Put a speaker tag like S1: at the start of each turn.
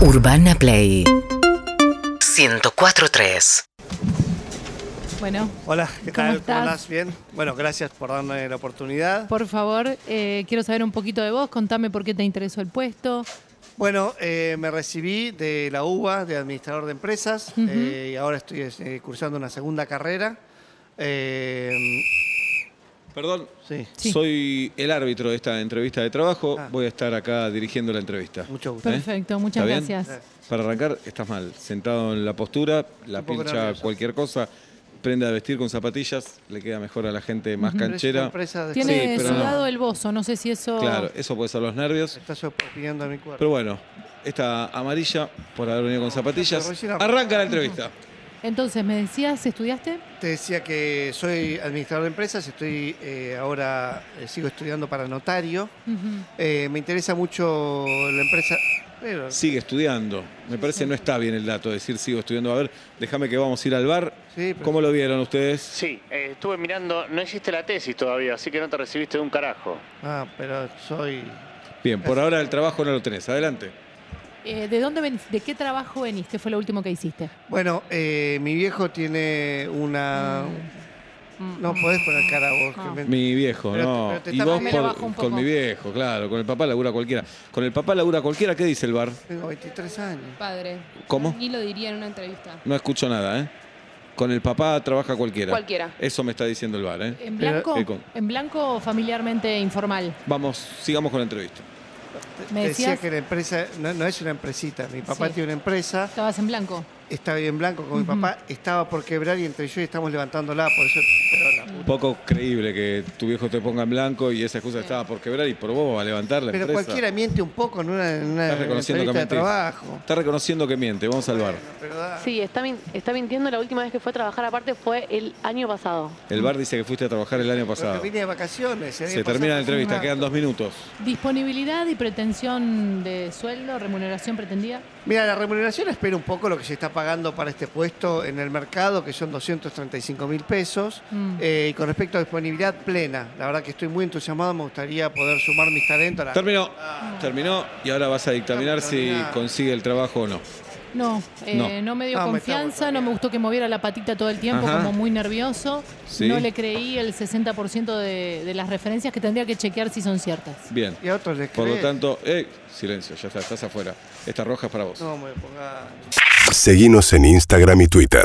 S1: Urbana Play 104.3
S2: Bueno,
S3: Hola, ¿qué
S2: ¿Cómo
S3: tal?
S2: estás?
S3: andás? ¿Bien? Bueno, gracias por darme la oportunidad.
S2: por favor, eh, quiero saber un poquito de vos. Contame por qué te interesó el puesto.
S3: Bueno, eh, me recibí de la UBA, de administrador de empresas, eh, y ahora estoy eh, cursando una segunda carrera. Eh,
S4: Perdón,
S3: sí,
S2: Sí.
S4: soy el árbitro de esta entrevista de trabajo.
S3: Ah.
S4: Voy a estar acá dirigiendo la entrevista.
S3: mucho gusto. Eh,
S2: Perfecto, muchas
S4: ¿Está bien?
S2: gracias.
S4: Para arrancar, estás mal. Sentado en la postura, la
S3: Un poco
S4: pincha
S3: nervioso.
S4: cualquier cosa, prenda de vestir con zapatillas, le queda mejor a la gente
S3: Pero
S4: más
S3: es una
S4: canchera.
S3: empresa de-
S4: Sí,
S2: Tiene
S4: pero
S2: sudado
S4: no.
S2: el bozo, no sé si eso.
S4: Claro, eso puede ser los nervios.
S3: Estás opinando a mi cuerpo.
S4: Pero bueno, esta amarilla por haber venido con zapatillas.
S3: pero recién arrancó.
S4: Arranca la entrevista.
S2: Entonces, me decías, ¿estudiaste?
S3: Te decía que soy administrador de empresas, estoy eh, ahora, eh, sigo estudiando para notario.
S2: Ujú.
S3: Eh, me interesa mucho la empresa... pero-
S4: Sigue estudiando. Me parece no está bien el dato decir sigo estudiando. A ver, déjame que vamos a ir al bar.
S3: Sí, pero-
S4: ¿Cómo lo vieron ustedes?
S5: Sí, eh, estuve mirando, no hiciste la tesis todavía, así que no te recibiste de un carajo.
S3: Ah, pero soy...
S4: Bien, por ahora el trabajo no lo tenés. Adelante.
S2: Eh, ¿De dónde venís? ¿De qué trabajo venís? ¿Qué fue lo último que hiciste?
S3: Bueno, eh, mi viejo tiene una... No podés poner cara vos. que
S2: No.
S3: me-
S4: Mi viejo,
S3: Pero te-
S4: no.
S3: pero te
S4: y
S3: está-
S4: vos
S3: me
S2: lo
S4: por-
S2: bajo un
S4: con
S2: poco.
S4: mi viejo, claro. Con el papá labura cualquiera. Con el papá labura cualquiera, ¿qué dice el bar?
S3: Tengo 23 años.
S6: padre.
S4: ¿Cómo?
S6: Ni lo diría en una entrevista.
S4: No escucho nada, ¿eh? Con el papá trabaja cualquiera.
S6: Cualquiera.
S4: Eso me está diciendo el bar, ¿eh?
S2: ¿En blanco?
S4: Eh, con-
S2: ¿En blanco o familiarmente informal?
S4: Vamos, sigamos con la entrevista.
S3: Te-
S2: ¿Me
S3: te decía
S2: decías?
S3: que la empresa no, no es una empresita. Mi papá
S2: Sí.
S3: tiene una empresa,
S2: ¿Estabas en blanco?
S3: estaba bien blanco
S2: Ujú.
S3: con mi papá, estaba por quebrar y entre yo y estamos levantándola. Por eso, pero, la-
S4: Poco creíble que tu viejo te ponga en blanco y esa excusa estaba por quebrar y por vos va a levantar la
S3: pero
S4: empresa.
S3: cualquiera miente un poco en una, en una
S4: Estás reconociendo
S3: entrevista
S4: que
S3: de
S4: mentís.
S3: trabajo.
S4: Está reconociendo que miente. Vamos al bar.
S3: Pero da-
S7: Sí, está, min- está mintiendo. La última vez que fue a trabajar aparte fue el año pasado.
S4: El bar dice que fuiste a trabajar el año
S3: pero que
S4: pasado.
S3: vine de vacaciones. el año
S4: Se
S3: pasado
S4: termina la
S3: fue
S4: entrevista,
S3: una-
S4: quedan dos minutos.
S2: ¿Disponibilidad y pretensión de sueldo, remuneración pretendida?
S3: Mira, la remuneración espera un poco lo que se está pagando para este puesto en el mercado, que son 235 mil pesos.
S2: Mm.
S3: Eh, y con respecto a disponibilidad plena, la verdad que estoy muy entusiasmado, me gustaría poder sumar mis talentos. a la-
S4: Terminó. Terminó y ahora vas a dictaminar si
S3: Terminá.
S4: consigue el trabajo o no.
S2: No, eh, no.
S4: No.
S2: me dio
S3: No, me está
S2: confianza,
S3: gustando.
S2: no me gustó que moviera la patita todo el tiempo,
S4: Ajá.
S2: como muy nervioso.
S4: Sí.
S2: No le creí el 60% de, de las referencias que tendría que chequear si son ciertas.
S4: Bien.
S3: Y a otros les
S4: Por lo
S3: crees.
S4: tanto, eh, silencio, ya está, estás afuera. Esta roja es para vos.
S3: No me pongas.
S8: Seguinos en Instagram y Twitter.